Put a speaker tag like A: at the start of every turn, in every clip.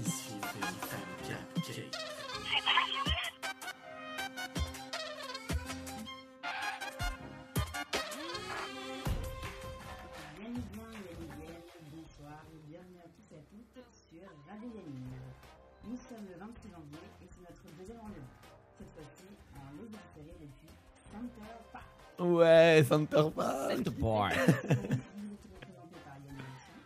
A: L'émission fait
B: Bien évidemment, bien évidemment, bonsoir et bienvenue à tous et à toutes sur Radio Yanine. Nous sommes le 26 janvier et c'est notre deuxième rendez-vous. Cette fois-ci, en les installé depuis Center Park.
C: Ouais, Centerpark.
B: Vous êtes représenté par Yanimation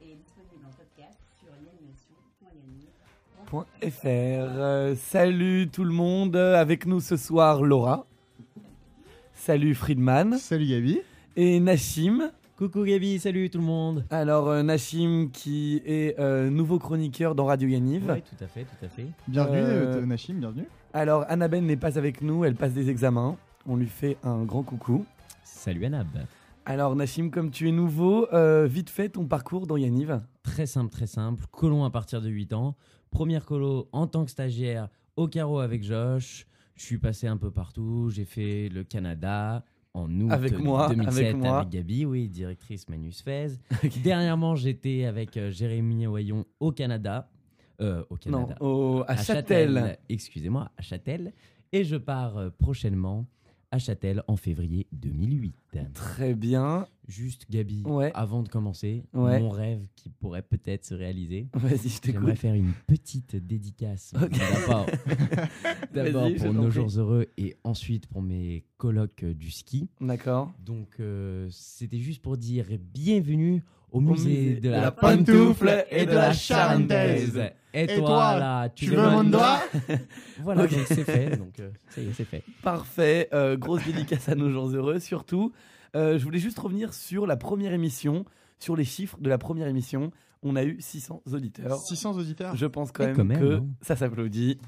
B: et disponible en podcast sur yanimation.yanine.fr.
C: Point FR. Euh, salut tout le monde. Avec nous ce soir, Laura. Salut Friedman.
D: Salut Gabi.
C: Et Nashim.
E: Coucou Gabi, salut tout le monde.
C: Alors, euh, Nashim qui est euh, nouveau chroniqueur dans Radio Yaniv.
E: Oui, tout à fait, tout à fait.
D: Bienvenue
C: Euh,
D: euh, Nashim, bienvenue.
C: Alors, Annabelle n'est pas avec nous. Elle passe des examens. On lui fait un grand coucou.
E: Salut Anab.
C: Alors, Nashim, comme tu es nouveau, euh, vite fait ton parcours dans Yaniv.
E: Très simple, très simple. Colon à partir de 8 ans. Première colo en tant que stagiaire au carreau avec Josh. Je suis passé un peu partout. J'ai fait le Canada en août
C: Avec moi,
E: 2007
C: avec moi.
E: Gabi, oui, directrice Manus Fez. Dernièrement, j'étais avec euh, Jérémy Oyon au Canada. Euh, au Canada.
C: Non, au- à, Châtel.
E: Excusez-moi, à Châtel. Et je pars euh, prochainement à Châtel en février 2008.
C: Très bien.
E: Juste, Gabi,
C: Ouais.
E: avant de commencer,
C: Ouais.
E: mon rêve qui pourrait peut-être se réaliser.
C: Vas-y, je
E: J'aimerais
C: t'écoute.
E: faire une petite dédicace.
C: Ok.
E: D'abord, d'abord
C: Vas-y, je
E: pour
C: t'en
E: Nos
C: prie.
E: Jours Heureux et ensuite pour mes colocs euh, du ski.
C: D'accord.
E: Donc, euh, c'était juste pour dire bienvenue au musée,
C: musée
E: de, la,
C: pantoufle
E: pantoufle
C: et
E: et de
C: de la
E: la charentaise.
C: charentaise.
E: Et, toi,
D: toi,
E: là, tu,
D: Tu veux mon doigt
E: Voilà,
C: Ok.
E: donc c'est fait. Donc, euh, ça y est, c'est fait.
C: Parfait, euh, grosse dédicace à nos gens heureux. Surtout, Euh, je voulais juste revenir sur la première émission, sur les chiffres de la première émission. On a eu 600 auditeurs.
D: 600 auditeurs.
C: Je pense quand
E: Et
C: même,
E: quand même,
C: que
E: hein.
C: ça s'applaudit.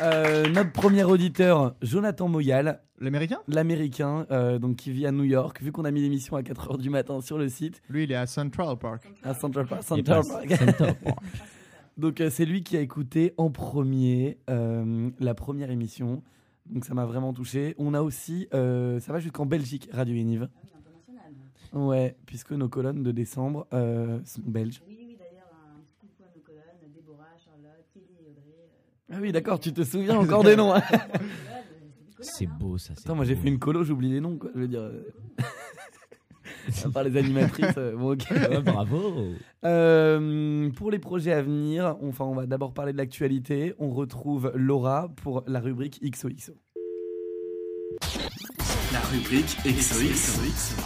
C: Euh, notre premier auditeur, Jonathan Moyal,
D: L'américain
C: l'américain, euh, donc qui vit à New York. Vu qu'on a mis l'émission à 4h du matin sur le site,
D: Lui, il est à Central Park.
C: à Central Park.
E: Il
C: Central
E: passe.
C: Park.
E: C'est top. Bon.
C: Donc euh, c'est lui qui a écouté en premier euh, la première émission. Donc ça m'a vraiment touché. On a aussi, euh, ça va jusqu'en Belgique, Radio Univ.
B: Ah oui, international.
C: Ouais, puisque nos colonnes de décembre euh, sont belges.
B: Oui, oui, d'ailleurs, un petit coucou à nos colonnes, Déborah, Charlotte, Kelly et Audrey.
C: Ah oui, d'accord, tu te souviens encore des noms. hein.
B: euh, trois colonnes, euh, des colonnes,
E: C'est
B: hein.
E: beau, ça. c'est
C: Attends, moi j'ai
E: beau.
C: fait une colo, j'oublie les noms, quoi. Je veux dire, euh, à part les animatrices. euh, bon, ok.
E: Ouais, bravo.
C: Euh, pour les projets à venir, enfin, on va d'abord parler de l'actualité. On retrouve Laura pour la rubrique XOXO.
A: La rubrique XOX.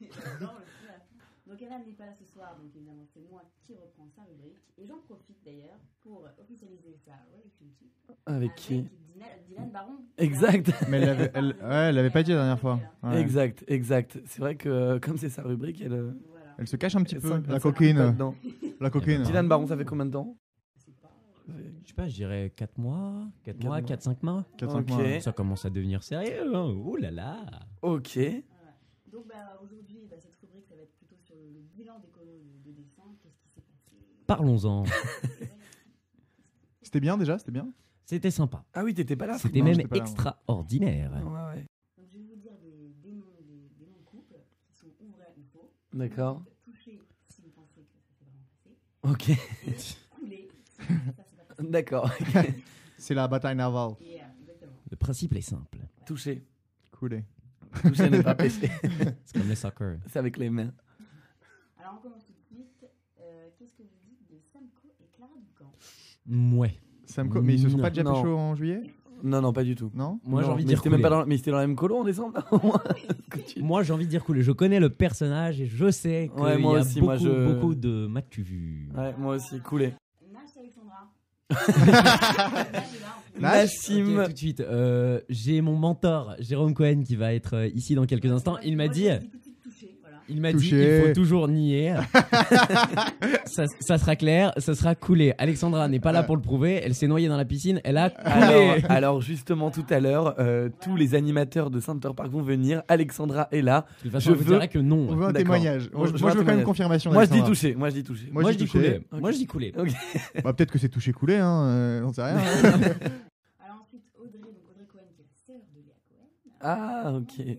B: J'adore le fou, là. Donc Evan n'est pas là ce soir, donc évidemment c'est moi qui reprends sa rubrique. Et j'en profite d'ailleurs pour officialiser sa relationship
C: Avec qui
B: Dylan, Dylan Baron.
C: Exact.
D: Mais elle l'avait, elle, ouais, elle l'avait pas dit la dernière fois. Ouais.
C: Exact, exact. C'est vrai que euh, comme c'est sa rubrique, elle. euh,
B: Voilà.
D: Elle se cache un petit
C: elle
D: peu,
C: s'inquiète
D: la
C: pas
D: coquine.
C: dedans.
D: La coquine.
C: Dylan Baron, ça fait combien de temps
E: Je sais pas, je dirais 4 mois, 4
C: Quatre
E: mois,
C: mois.
E: 4-5 mois.
D: 400
C: Ok.
D: points.
E: Ça commence à devenir sérieux. hein. Ouh là là.
C: Ok.
B: Donc bah, aujourd'hui, bah, cette rubrique, ça va être plutôt sur le bilan des colos de, de décembre. Qu'est-ce qui s'est passé
E: Parlons-en.
D: C'était bien déjà, c'était bien.
E: C'était sympa.
C: Ah oui, t'étais pas là.
E: C'était
D: non,
E: même
D: j'étais pas là, moi.
E: extraordinaire.
C: Fred. Ouais, ouais.
B: Donc je vais vous dire des, des noms des, des noms de couples qui sont ou vrais ou faux.
C: D'accord.
B: Touché si vous pensez que ça s'est vraiment passé.
C: Ok.
B: Et coulé si vous pensez que ça s'est pas passé.
C: D'accord.
D: C'est la bataille navale.
B: Yeah, euh, exactement.
E: Le principe est simple.
C: Touché.
D: Cool.
C: Touché n'est pas péché.
E: C'est comme le soccer.
C: C'est avec les mains.
B: Alors on commence tout de suite. Euh, Qu'est-ce que vous dites de Samco et Clara Ducan
E: Ouais.
D: Samco, mais ils se sont
E: Non.
D: pas déjà
C: Non.
D: pécho en juillet
C: Non, non, pas du tout.
D: Non
E: Moi j'ai
C: Non,
E: envie de
C: mais
E: dire
C: c'était même
E: couler.
C: pas dans, mais c'était dans la même colo en décembre. là, au moins. Que tu-
E: Moi j'ai envie de dire cool. Je connais le personnage et je sais qu'il
C: Ouais,
E: y
C: moi
E: a
C: aussi,
E: beaucoup,
C: moi, je-
E: beaucoup de matu vu.
C: Ouais, moi aussi, coulé.
B: Nash et Alexandra. Nash est là, en fait.
C: Nassim.
E: tout de suite. euh, j'ai mon mentor Jérôme Cohen qui va être euh, ici dans quelques instants. Il m'a
B: Moi,
E: dit
B: j'ai une petite touchée, voilà.
E: Il m'a dit
D: Touché.
E: il faut toujours nier. ça, ça sera clair, ça sera coulé. Alexandra n'est pas là pour le prouver. Elle s'est noyée dans la piscine. Elle a
C: Alors,
E: coulé.
C: alors justement, tout à l'heure, euh, tous les animateurs de Center Park vont venir. Alexandra est là.
E: De toute façon,
C: je
E: je vous
C: veux-
E: dirais que
D: On
E: non.
D: veut un
C: D'accord.
D: témoignage. Moi,
C: Je
D: je,
C: veux un
D: moi, je veux quand même
C: témoignage.
D: confirmation.
C: Moi, je dis
D: Alexandra.
C: touché. Moi, je dis touché.
D: Moi,
E: Moi,
D: je
E: je
D: dis
E: dis
D: touché.
E: coulé. Moi, je dis coulé.
D: Bah, peut-être que c'est touché coulé, hein. euh, j'en sais rien. hein.
B: Alors ensuite, Audrey, donc Audrey Cohen, qui est la sœur de Léa Cohen.
C: Ah, ok.
B: Et ouais, ouais,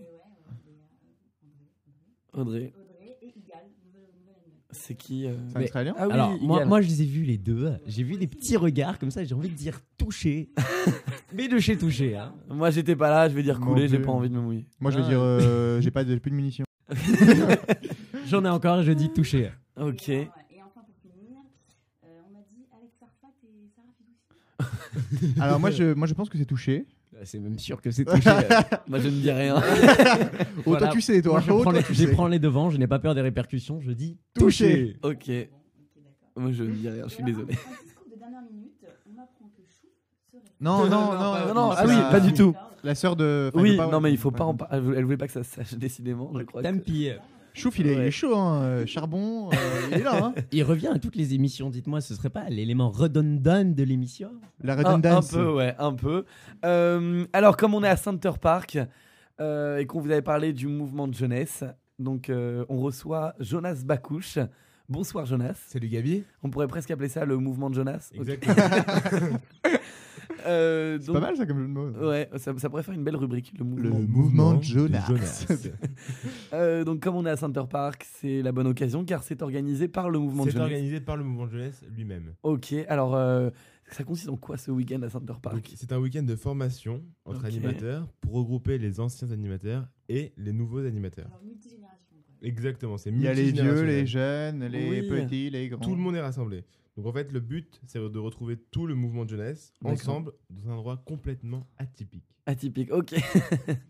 C: Audrey,
B: Léa, Audrey et Igal, nouvelle nouvelle animatrice.
C: c'est qui euh,
D: C'est un Israélien
C: Ah oui,
E: Alors, moi,
C: Igal.
E: moi, je les ai vus les deux. J'ai vu des petits regards comme ça. J'ai envie de dire touché. Mais de chez touché. Hein.
C: Moi, j'étais pas là. Je vais dire
D: Non
C: couler. J'ai
D: plus.
C: pas envie de me mouiller.
D: Moi, je veux
E: Ah.
D: dire, euh, j'ai pas de- j'ai plus de munitions.
E: J'en ai encore et je dis touché.
C: Ok.
B: Et, enfin, et enfin, pour finir, euh, on a dit Alex Arfat et Sarah Fidoussi.
D: Alors, moi, je, moi, je pense que c'est touché.
E: Euh, C'est même sûr que c'est touché.
C: Moi, je ne dis rien.
D: Autant
E: Voilà.
D: tu sais, toi.
E: Moi, je prends,
D: Autant
E: les,
D: tu
E: je
D: sais.
E: prends les devants. Je n'ai pas peur des répercussions. Je dis
D: Touché.
E: touché.
C: ok.
B: Bon, ok, d'accord.
C: Moi, je ne dis rien. Je suis
B: Et alors,
C: désolé.
B: Un un petit scoop de dernière minute, on m'apprend que Chou serait.
D: Non, non, non.
C: Non,
D: euh,
C: non,
D: c'est
C: ah oui,
D: la-
C: pas du tout.
D: La sœur de. enfin,
C: Oui,
D: de pas-
C: non, mais il faut pas en parler. Elle voulait pas que ça se sache, décidément, je crois. que-
E: Tampi.
D: Chouf, il est, il est
C: Ouais.
D: chaud, hein. euh, Charbon, euh, il est là, hein.
E: Il revient à toutes les émissions. Dites-moi, ce serait pas l'élément redondant de l'émission
D: La
C: Un, un
D: redundance.
C: peu, ouais, un peu. Euh, alors, comme on est à Center Park euh, et qu'on vous avait parlé du mouvement de jeunesse, donc euh, on reçoit Jonas Bakouche. Bonsoir Jonas.
F: Salut Gabi.
C: On pourrait presque appeler ça le mouvement de Jonas. Ok.
F: Exactement.
C: Euh,
D: C'est
C: donc-
D: pas mal, ça, comme jeu de mots.
C: Ouais, ça, ça pourrait faire une belle rubrique, le
D: Le
C: Euh, mouvement.
D: mouvement de Jonas.
C: Euh, donc, comme on est à Center Park, c'est la bonne occasion car c'est organisé par le mouvement de
F: C'est
C: jeunesse.
F: organisé par le mouvement de jeunesse lui-même.
C: Ok, alors euh, ça consiste en quoi ce week-end à Center Park
F: Donc, C'est un week-end de formation entre
C: Ok.
F: animateurs pour regrouper les anciens animateurs et les nouveaux animateurs.
B: Alors, multigénération. quoi.
F: Exactement, c'est
D: Il y a les vieux, les jeunes,
F: multigénérationnel.
D: les
C: Oui.
D: petits, les grands.
F: Tout le monde est rassemblé. Donc en fait, le but, c'est de retrouver tout le mouvement de jeunesse
C: D'accord.
F: ensemble dans un endroit complètement atypique.
C: Atypique, ok.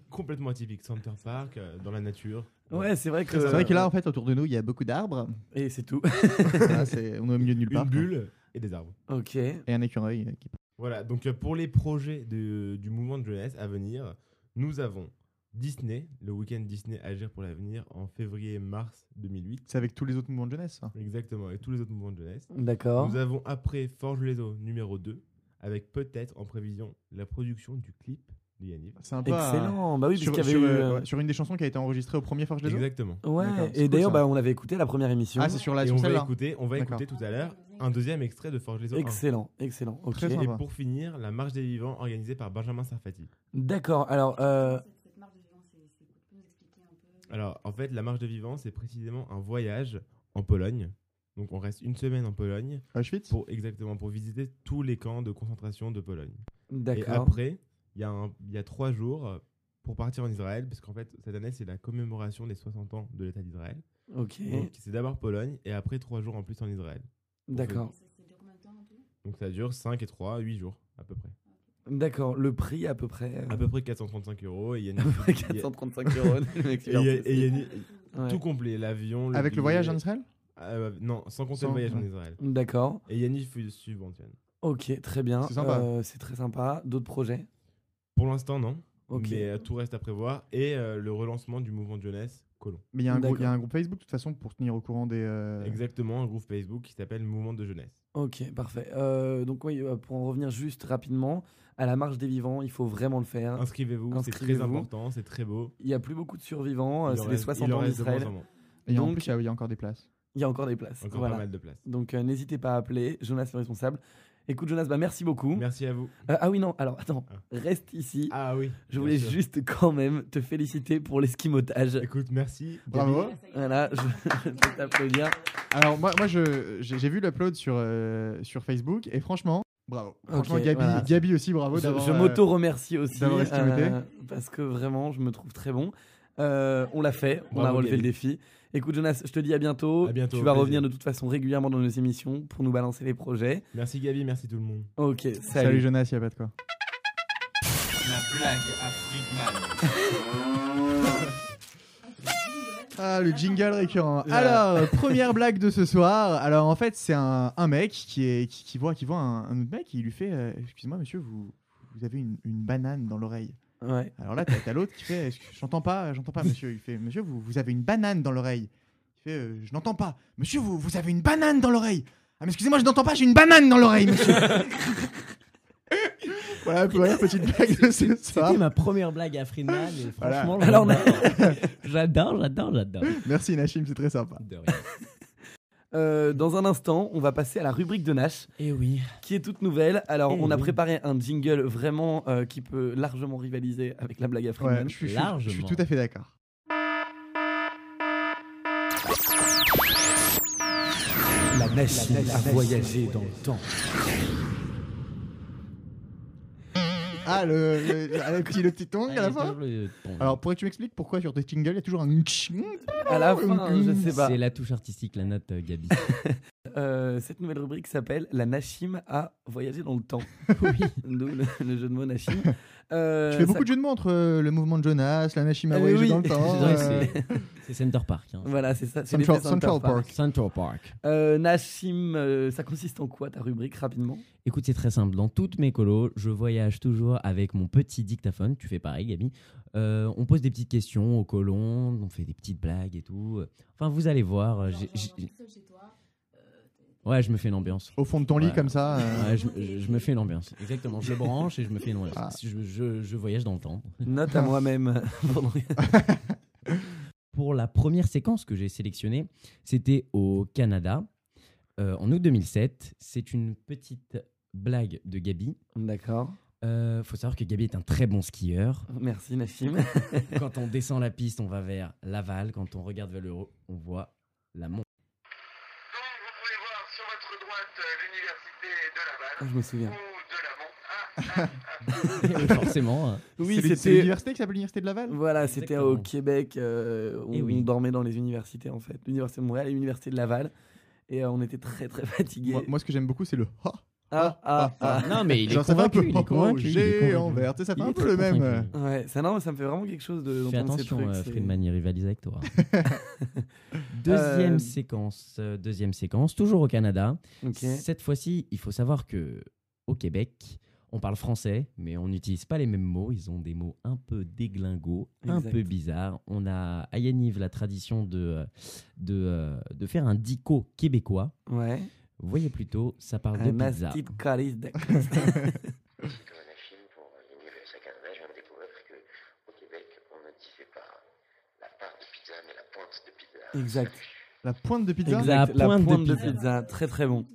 F: Complètement atypique. Center Park, euh, dans la nature.
C: Ouais, c'est vrai que.
D: Euh, C'est vrai que là, en fait, autour de nous, il y a beaucoup d'arbres.
C: Et c'est tout.
D: Voilà, c'est- on est au milieu de nulle
F: Une
D: part. quoi.
F: bulle et des arbres.
C: Ok.
D: Et un écureuil. euh, qui-
F: Voilà, donc euh, pour les projets de- du mouvement de jeunesse à venir, nous avons Disney, le week-end Disney Agir pour l'avenir en février et mars 2008.
D: C'est avec tous les autres mouvements de jeunesse, ça.
F: Exactement, et tous les autres mouvements de jeunesse.
C: D'accord.
F: Nous avons après Forge les eaux numéro 2, avec peut-être en prévision la production du clip de Yanniv.
D: C'est un peu à-
C: Excellent. Bah oui,
D: sur,
C: puisqu'il y avait
D: sur,
C: eu.
D: euh,
C: euh,
D: ouais, sur une des chansons qui a été enregistrée au premier Forge des Eaux.
F: Exactement.
C: Ouais.
D: D'accord, c'est
C: Et
D: cool,
C: d'ailleurs,
D: ça.
C: bah, on l'avait écouté la première émission.
D: Ah, c'est sur la
F: Et
D: sur
F: on va
D: celle-là.
F: écouter, on va
D: D'accord.
F: écouter tout à l'heure un deuxième extrait de Forge les eaux 1.
C: excellent, excellent. Ok.
D: Très sympa.
F: Et pour finir, la marche des vivants organisée par Benjamin Sarfati.
C: D'accord. Alors, euh,
B: Cette, cette marque de violence, c'est. c'est- Tu peux nous expliquer un peu
F: Alors, en fait, la marche des vivants, c'est précisément un voyage en Pologne. Donc, on reste une semaine en Pologne
D: Auschwitz
F: pour exactement pour visiter tous les camps de concentration de Pologne. Et
C: d'accord.
F: après, il y, a un- il y a trois jours euh, pour partir en Israël, parce qu'en fait, cette année, c'est la commémoration des 60 ans de l'État d'Israël.
C: Ok.
F: Donc, c'est d'abord Pologne et après trois jours en plus en Israël.
C: D'accord.
B: Ça, c'est de combien de temps en tout
F: Donc, ça dure 5 et 3, 8 jours à peu près.
C: D'accord. Le prix à peu près. euh,
F: À peu près 435 euros. Et il y a une- il y a-
C: 435 euros. Le mec,
F: et
C: c'est
F: il y a-
C: bien
F: et il y a une-
C: Ouais.
F: tout complet, l'avion.
D: Avec le
F: billet.
D: voyage en Israël
F: Euh, Non, sans compter
D: Sans-
F: le voyage en
D: ouais.
F: Israël.
C: D'accord.
F: Et Yannick fut- subventionne.
C: Ok, très bien.
D: C'est sympa.
C: Euh, c'est très sympa. D'autres projets
F: Pour l'instant, non.
C: Ok.
F: Mais euh, tout reste à prévoir. Et euh, le relancement du mouvement de jeunesse Colon.
D: Mais il y, a un
C: D'accord.
D: groupe- il y a un groupe Facebook, de toute façon, pour tenir au courant des. euh,
F: Exactement, un groupe Facebook qui s'appelle Mouvement de jeunesse.
C: Ok, parfait. Euh, donc oui, euh, pour en revenir juste rapidement, à la marche des vivants, il faut vraiment le faire.
F: Ah. Inscrivez-vous, c'est très
C: Inscrivez-vous.
F: important, c'est très beau.
C: Il n'y a plus beaucoup de survivants, euh,
F: Il en
C: c'est les
F: reste-
C: 60
F: il en
C: ans
F: reste de moins
C: d'Israël.
F: en moins.
D: Et en
C: Donc-
D: plus, il y a- il y a encore des places.
C: Il y a encore des places.
F: Encore
C: voilà.
F: pas mal de place.
C: Donc euh, n'hésitez pas à appeler Jonas le responsable. Écoute Jonas, bah merci beaucoup.
F: Merci à vous.
C: Euh, ah oui non, alors attends,
F: Ah.
C: reste ici.
F: Ah oui.
C: Je
F: bien
C: voulais
F: sûr.
C: juste quand même te féliciter pour l'esquimotage.
F: Écoute, merci.
D: Bravo.
B: Là, ça y est.
C: Voilà, je peux t'applaudir.
D: Alors moi, moi je, j'ai, j'ai vu l'upload sur, euh, sur Facebook et franchement, bravo. Franchement,
C: Ok,
D: Gabi,
C: voilà.
D: Gabi aussi, bravo
C: Je,
D: d'avoir.
C: je
D: euh,
C: m'auto-remercie aussi euh,
D: d'avoir esquimoté.
C: parce que vraiment je me trouve très bon. Euh, on l'a fait, on a
F: Bravo,
C: relevé
F: Gabi.
C: le défi. Écoute Jonas, je te dis à bientôt.
F: À bientôt,
C: tu
F: au
C: vas
F: plaisir.
C: revenir de toute façon régulièrement dans nos émissions pour nous balancer les projets.
F: Merci Gabi, merci tout le monde.
C: Ok,
D: Salut,
C: salut.
D: Jonas, il y a pas de quoi.
A: La blague à Friedman.
D: Ah, le jingle récurrent. Alors, première blague de ce soir. Alors, en fait, c'est un, un mec qui, est, qui, qui voit, qui voit un, un autre mec et il lui fait euh, Excusez-moi, monsieur, vous, vous avez une, une banane dans l'oreille.
C: Ouais.
D: Alors là, t'as t'as l'autre qui fait Est-ce que- J'entends pas, j'entends pas, monsieur. Il fait Monsieur, vous, vous avez une banane dans l'oreille. Il fait euh, Je n'entends pas. Monsieur, vous, vous avez une banane dans l'oreille. Ah, mais excusez-moi, je n'entends pas, j'ai une banane dans l'oreille, monsieur. voilà, voilà, petite blague de ce soir.
E: C'était ma première blague à Friedman et
D: Voilà.
E: franchement,
C: Alors, on a-
E: j'adore. j'adore, j'adore, j'adore.
D: Merci, Nashim, c'est très sympa.
E: De rien.
C: Euh, dans un instant, on va passer à la rubrique de Nash,
E: Et Eh oui.
C: qui est toute nouvelle. Alors,
E: Eh
C: on a
D: Mmh.
E: oui.
C: préparé un jingle vraiment euh, qui peut largement rivaliser avec la blague à Friedman.
D: Ouais, je suis- je suis- je suis
E: Largement.
D: tout à fait d'accord.
C: La machine a voyagé dans le temps.
D: Ah, le, le, le petit, le petit tong à la fin Alors,
E: Alors,
D: pourrais-tu m'expliquer pourquoi sur tes jingles, il y a toujours un
C: À la fin, hein,
D: Mmh,
C: je sais pas.
E: c'est la touche artistique, la note, euh, Gabi.
C: Euh, cette nouvelle rubrique s'appelle La Nashim a voyagé dans le temps.
E: oui.
C: D'où le, le jeu de mots Nashim. Euh,
D: Je fais beaucoup
C: ça-
D: de jeux de mots entre euh, le mouvement de Jonas, la Nashima
C: Ah, mais
D: voyager
C: oui.
D: dans le temps.
E: Ouais,
D: euh,
E: c'est- C'est Center Park. hein.
C: Voilà, c'est ça. C'est
D: Central,
C: l'effet
D: Central
C: Park.
D: Park.
E: Central Park.
C: Euh, Nashim, euh, ça consiste en quoi ta rubrique rapidement
E: Écoute, c'est très simple. Dans toutes mes colos, je voyage toujours avec mon petit dictaphone. Tu fais pareil, Gabi. Euh, on pose des petites questions aux colons, on fait des petites blagues et tout. Enfin, vous allez voir. euh, j'ai- j'ai- Ouais, je me fais une ambiance.
D: Au fond de ton lit,
E: Ouais.
D: comme ça. euh,
E: Ouais, je, je- je me fais une ambiance. Exactement. Je le branche et je me fais une ambiance.
D: Ah.
E: Je, je- je voyage dans le temps.
C: Note à moi-même. Pendant-
E: Pour la première séquence que j'ai sélectionnée, c'était au Canada, euh, en août 2007. C'est une petite blague de Gabi.
C: D'accord.
E: Euh, faut savoir que Gabi est un très bon skieur.
C: Merci Nashim.
E: Quand on descend la piste, on va vers Laval. Quand on regarde vers le haut, on voit la montagne.
G: Donc vous pouvez voir sur votre droite euh, l'université de Laval
C: Ah, je me souviens.
G: ou de Lamont. Ah, ah,
E: Forcément. hein.
C: Oui,
D: c'est l'uni- c'est
C: c'était.
D: l'université qui s'appelle l'université de Laval
C: Voilà, c'était au
E: Exactement.
C: Québec. euh, on,
E: Eh oui.
C: on dormait dans les universités en fait. L'université de Montréal et l'université de Laval. Et euh, on était très très fatigués.
D: moi, moi, ce que j'aime beaucoup, c'est le ha.
C: ah, ah, ah.
E: Non, mais il est
D: Genre, ça fait un
E: convaincu.
D: peu
E: Il est convaincu. il est
D: j'ai en
E: convaincu.
D: vert. Tu sais, Ça fait
E: Il
D: un
E: est
D: peu le
E: très
D: même. euh,
E: convaincu.
C: ah. Ouais, ça, non, ça me fait vraiment quelque chose de.
E: Fais
C: d'entendre ces
E: attention,
C: trucs,
E: euh,
C: c'est-
E: Friedman, il rivalise avec toi. deuxième
C: Euh,
E: séquence, euh, deuxième séquence, toujours au Canada.
C: Ok.
E: Cette fois-ci, il faut savoir que au Québec, on parle français, mais on n'utilise pas les mêmes mots. Ils ont des mots un peu déglingos, un
C: Exact.
E: peu bizarres. On a à Yaniv la tradition de, euh, de, euh, de faire un dico québécois.
C: Ouais.
E: Voyez plutôt, ça parle de
C: Un
E: pizza.
C: mastic caris de-
G: ah. Comme un Chine pour l'université Canada, je viens de découvrir qu'au Québec, on ne disait pas la part de pizza, mais la pointe de pizza.
C: Exact.
D: euh, La pointe de pizza.
E: Exact.
C: Exact. La pointe, de, pizza.
E: pizza.
C: Très très bon.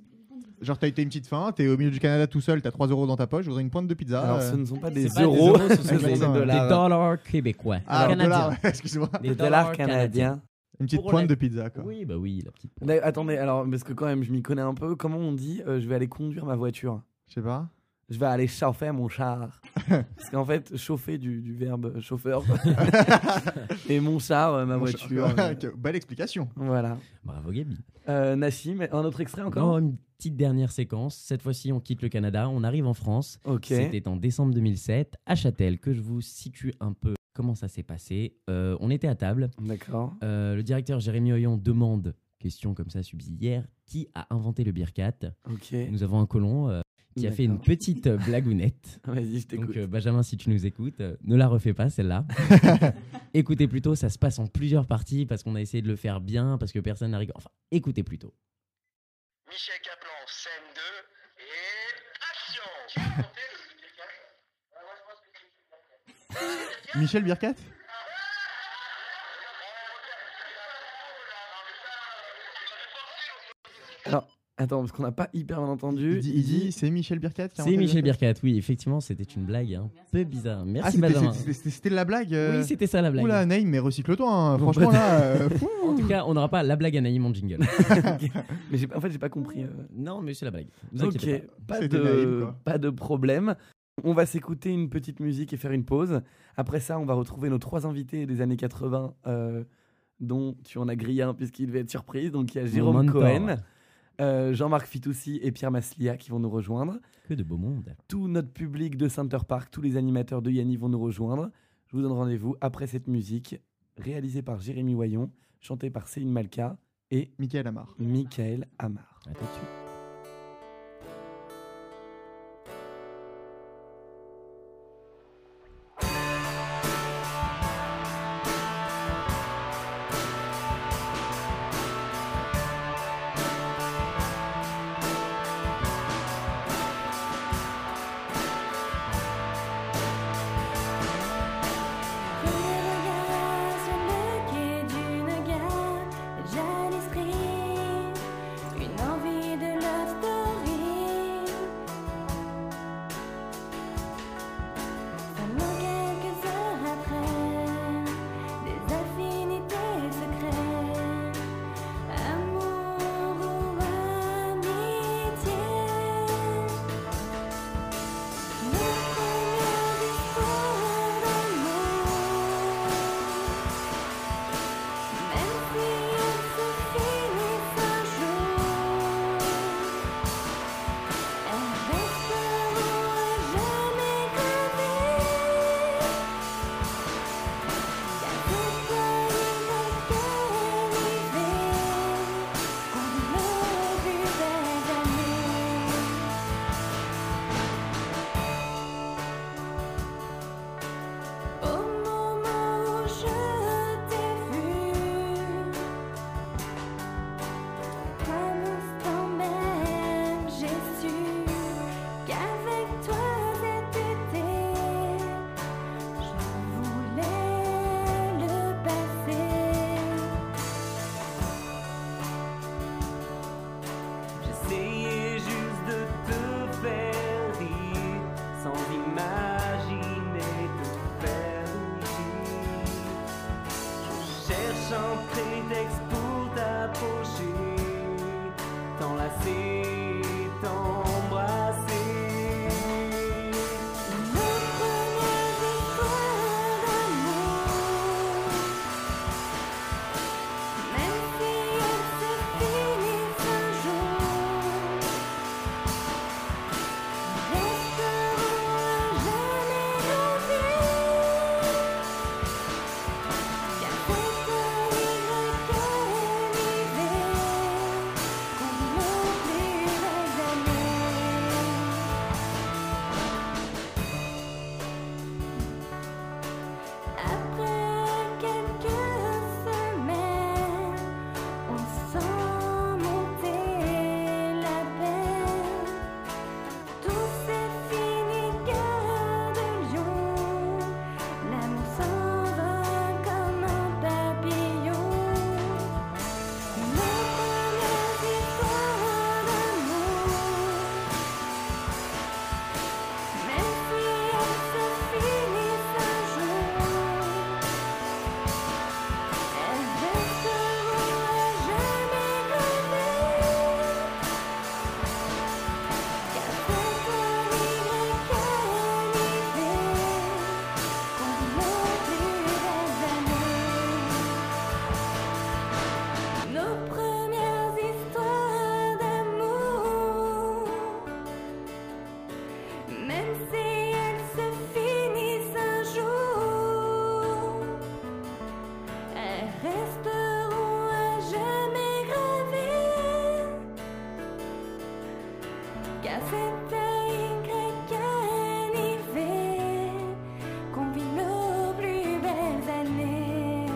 D: Genre, t'as été une petite faim, t'es au milieu du Canada tout seul, t'as 3 euros dans ta poche, je voudrais une pointe de pizza.
C: Alors
D: euh.
C: ce ne sont pas des
E: pas des
C: euros,
E: euros, ce sont
C: ce sont
D: des-
C: des
E: Des
C: dollars.
E: dollars québécois.
D: Ah,
E: canadiens.
D: dollars, excuse-moi.
E: Des
C: Des dollars canadiens.
D: Une petite
E: Pour
D: pointe
E: la-
D: de pizza, quoi.
E: Oui, bah oui, la petite.
C: D'ailleurs, Attendez, alors parce que quand même je m'y connais un peu, comment on dit euh, je vais aller conduire ma voiture
D: Je sais pas.
C: Je vais aller chauffer mon char. parce qu'en fait, chauffer du, du verbe chauffeur. Et mon char, euh, ma
D: Mon
C: voiture.
D: cher-
C: euh,
D: Belle explication.
C: voilà.
E: Bravo Gabi.
C: Euh, Nassim, un autre extrait
E: Encore
C: encore
E: une petite dernière séquence. Cette fois-ci, on quitte le Canada, on arrive en France.
C: Ok.
E: C'était en décembre 2007 à Châtel que je vous situe un peu comment ça s'est passé. Euh, on était à table.
C: D'accord.
E: Euh, le directeur Jérémy Oyon demande, question comme ça subsidiaire, qui a inventé le birkat
C: Ok.
E: Nous avons un colon euh, qui a fait une
C: D'accord.
E: petite euh, blagounette.
C: Vas-y, je t'écoute.
E: Donc euh, Benjamin, si tu nous écoutes, euh, ne la refais pas celle-là. écoutez plutôt, ça se passe en plusieurs parties parce qu'on a essayé de le faire bien, parce que personne n'a rigolé. Enfin, écoutez plutôt.
G: Michel Caplan, scène 2, et action Je vais monter, c'est quelqu'un Ah, moi, je pense que c'est quelqu'un.
D: Michel Birkat
G: Ah!
C: Attends, parce qu'on n'a pas hyper bien entendu.
D: Il dit, il dit, c'est Michel Birkat qui a
E: C'est
D: inventé le
E: Michel
D: Birkat
E: Birkat, oui, effectivement, c'était une blague hein. un peu bizarre.
D: Ah,
E: Merci
D: c'était-
E: Benjamin.
D: c'était- c'était c'était de la blague euh.
E: Oui, c'était ça la blague.
D: Oula, Naïm, mais recycle-toi, hein.
C: Bon,
D: franchement
C: bah,
D: là. euh, pff,
E: En tout cas, on n'aura pas la blague à Naïm en jingle.
C: Mais j'ai- en fait, j'ai pas compris. euh.
E: non, mais c'est la blague. Vous
C: Ok,
E: inquiétez
C: pas,
D: C'était
C: de,
D: naïf, quoi.
C: pas de problème. On va s'écouter une petite musique et faire une pause. Après ça, on va retrouver nos trois invités des années 80, euh, dont tu en as grillé un puisqu'il devait être surprise. Donc il y a Jérôme
E: mentor.
C: Cohen, euh, Jean-Marc Fitoussi et Pierre Maslia qui vont nous rejoindre.
E: pas. Que de beau monde.
C: Tout notre public de Center Park, tous les animateurs de Yanni vont nous rejoindre. Je vous donne rendez-vous après cette musique, réalisée par Jérémy Wayon, chantée par Céline Malka et
D: Michael Amar.
C: Michael Amar.
E: À tout de suite.
G: Michel Caplan, scène 2,
H: Café Flying Grec en hiver combine nos plus belles années.